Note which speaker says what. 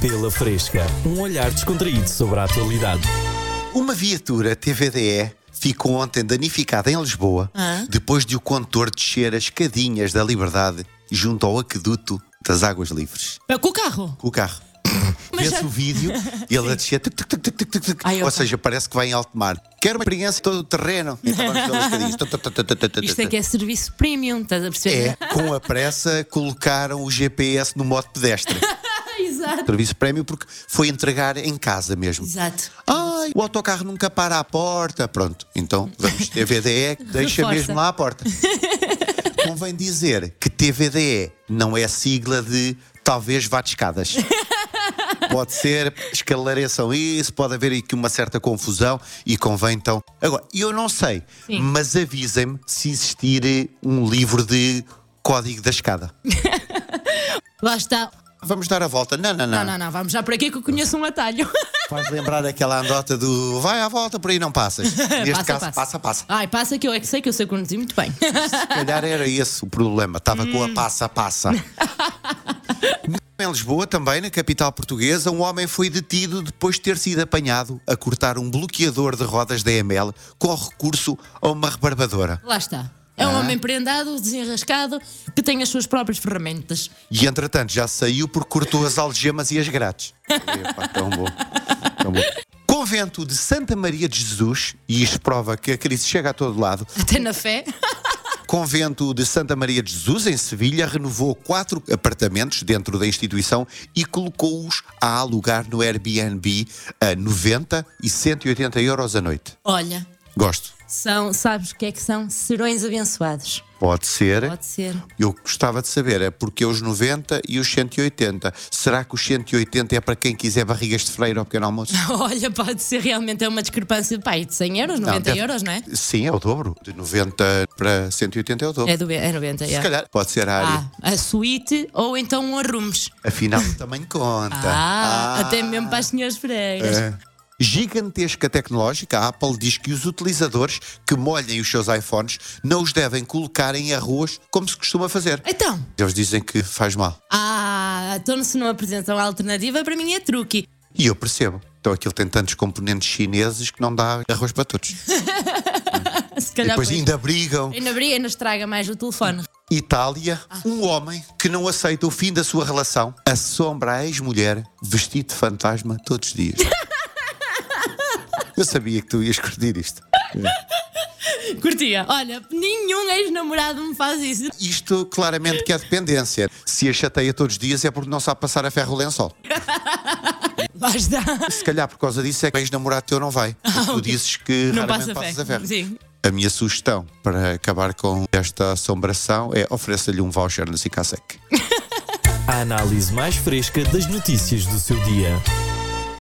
Speaker 1: Pela Fresca, um olhar descontraído sobre a atualidade.
Speaker 2: Uma viatura TVDE ficou ontem danificada em Lisboa depois de o condutor descer as escadinhas da Liberdade junto ao aqueduto das Águas Livres.
Speaker 3: Mas Com o carro.
Speaker 2: Com o carro.
Speaker 3: Mas
Speaker 2: Vê-se
Speaker 3: já-
Speaker 2: o vídeo e ele a descer. tuc, tuc, tuc, tuc, tuc, tuc, tuc.
Speaker 3: Ai,
Speaker 2: Ou
Speaker 3: opa.
Speaker 2: seja, parece que vai em alto mar. Quero uma experiência todo o terreno. Então vamos pelas escadinhas. Tu, tu, tu, tu, tu, tu, tu,
Speaker 3: Isto é
Speaker 2: tu.
Speaker 3: que é serviço premium, estás a
Speaker 2: É,
Speaker 3: perceber?
Speaker 2: com a pressa colocaram o GPS no modo pedestre. É.
Speaker 3: Exato.
Speaker 2: Serviço prémio porque foi entregar em casa mesmo.
Speaker 3: Exato.
Speaker 2: Ai, o autocarro nunca para à porta. Pronto, então vamos. TVDE deixa
Speaker 3: Reforça.
Speaker 2: mesmo lá à porta. Convém dizer que TVDE não é sigla de talvez vá de escadas. Pode ser, esclareçam isso, pode haver aqui uma certa confusão e convém então. Agora, eu não sei,
Speaker 3: Sim.
Speaker 2: mas avisem-me se existir eh, um livro de código da escada.
Speaker 3: Lá está.
Speaker 2: Vamos dar a volta. Não, não, não.
Speaker 3: Não, não, não, vamos já por aqui que eu conheço um atalho.
Speaker 2: Faz lembrar aquela andota do vai à volta, por aí não passas. Neste
Speaker 3: Passa,
Speaker 2: caso,
Speaker 3: passa.
Speaker 2: passa, passa.
Speaker 3: Ai, passa que eu é que sei que eu sei conduzir muito bem.
Speaker 2: Se calhar era esse o problema, estava com a passa a passa. Em Lisboa, também na capital portuguesa, um homem foi detido depois de ter sido apanhado a cortar um bloqueador de rodas da ML com recurso a uma rebarbadora.
Speaker 3: Lá está. É um
Speaker 2: Ah.
Speaker 3: homem prendado, desenrascado, que tem as suas próprias ferramentas.
Speaker 2: E entretanto já saiu porque cortou as algemas e as grades. Epá, tão bom. Tão bom. Convento de Santa Maria de Jesus, e isto prova que a crise chega a todo lado,
Speaker 3: Até na fé.
Speaker 2: Convento de Santa Maria de Jesus, em Sevilha, renovou quatro apartamentos dentro da instituição e colocou-os a alugar no Airbnb a 90 e 180 euros a noite.
Speaker 3: Olha,
Speaker 2: Gosto.
Speaker 3: são, sabes o que é que são? Serões abençoados.
Speaker 2: Pode ser.
Speaker 3: Pode ser.
Speaker 2: Eu gostava de saber, é porque os 90 e os 180. Será que os 180 é para quem quiser barrigas de freira ao pequeno almoço?
Speaker 3: Olha, pode ser realmente é uma discrepância pá, e de 100 euros, 90
Speaker 2: deve-
Speaker 3: euros, não é?
Speaker 2: Sim, é o dobro. De 90 para 180 é o dobro.
Speaker 3: É, do, é 90,
Speaker 2: Se
Speaker 3: é.
Speaker 2: calhar é. pode ser a área.
Speaker 3: Ah, a suíte ou então um arrumes.
Speaker 2: Afinal, também conta.
Speaker 3: Ah, até mesmo para as senhoras freiras.
Speaker 2: É. Gigantesca tecnológica, a Apple diz que os utilizadores que molhem os seus iPhones não os devem colocar em arroz como se costuma fazer.
Speaker 3: Então,
Speaker 2: Eles dizem que faz mal.
Speaker 3: ah, então se não apresentam a alternativa, para mim é truque.
Speaker 2: E eu percebo. Então aquilo tem tantos componentes chineses que não dá arroz para todos.
Speaker 3: Se calhar
Speaker 2: Depois
Speaker 3: pois.
Speaker 2: ainda brigam.
Speaker 3: Ainda abri, ainda estraga mais o telefone.
Speaker 2: Itália, um homem que não aceita o fim da sua relação assombra a ex-mulher vestido de fantasma todos os dias. Eu sabia que tu ias curtir isto.
Speaker 3: Curtia. Olha, nenhum ex-namorado me faz isso.
Speaker 2: Isto claramente que é dependência. Se a chateia todos os dias é porque não sabe passar a ferro o lençol.
Speaker 3: Lá está.
Speaker 2: Se calhar por causa disso é que o ex-namorado teu não vai. Porque tu dizes que
Speaker 3: Ah, Não
Speaker 2: raramente
Speaker 3: passa
Speaker 2: passas
Speaker 3: fé.
Speaker 2: a ferro.
Speaker 3: Sim.
Speaker 2: A minha sugestão para acabar com esta assombração é ofereça-lhe um voucher no Zicasec.
Speaker 1: A análise mais fresca das notícias do seu dia.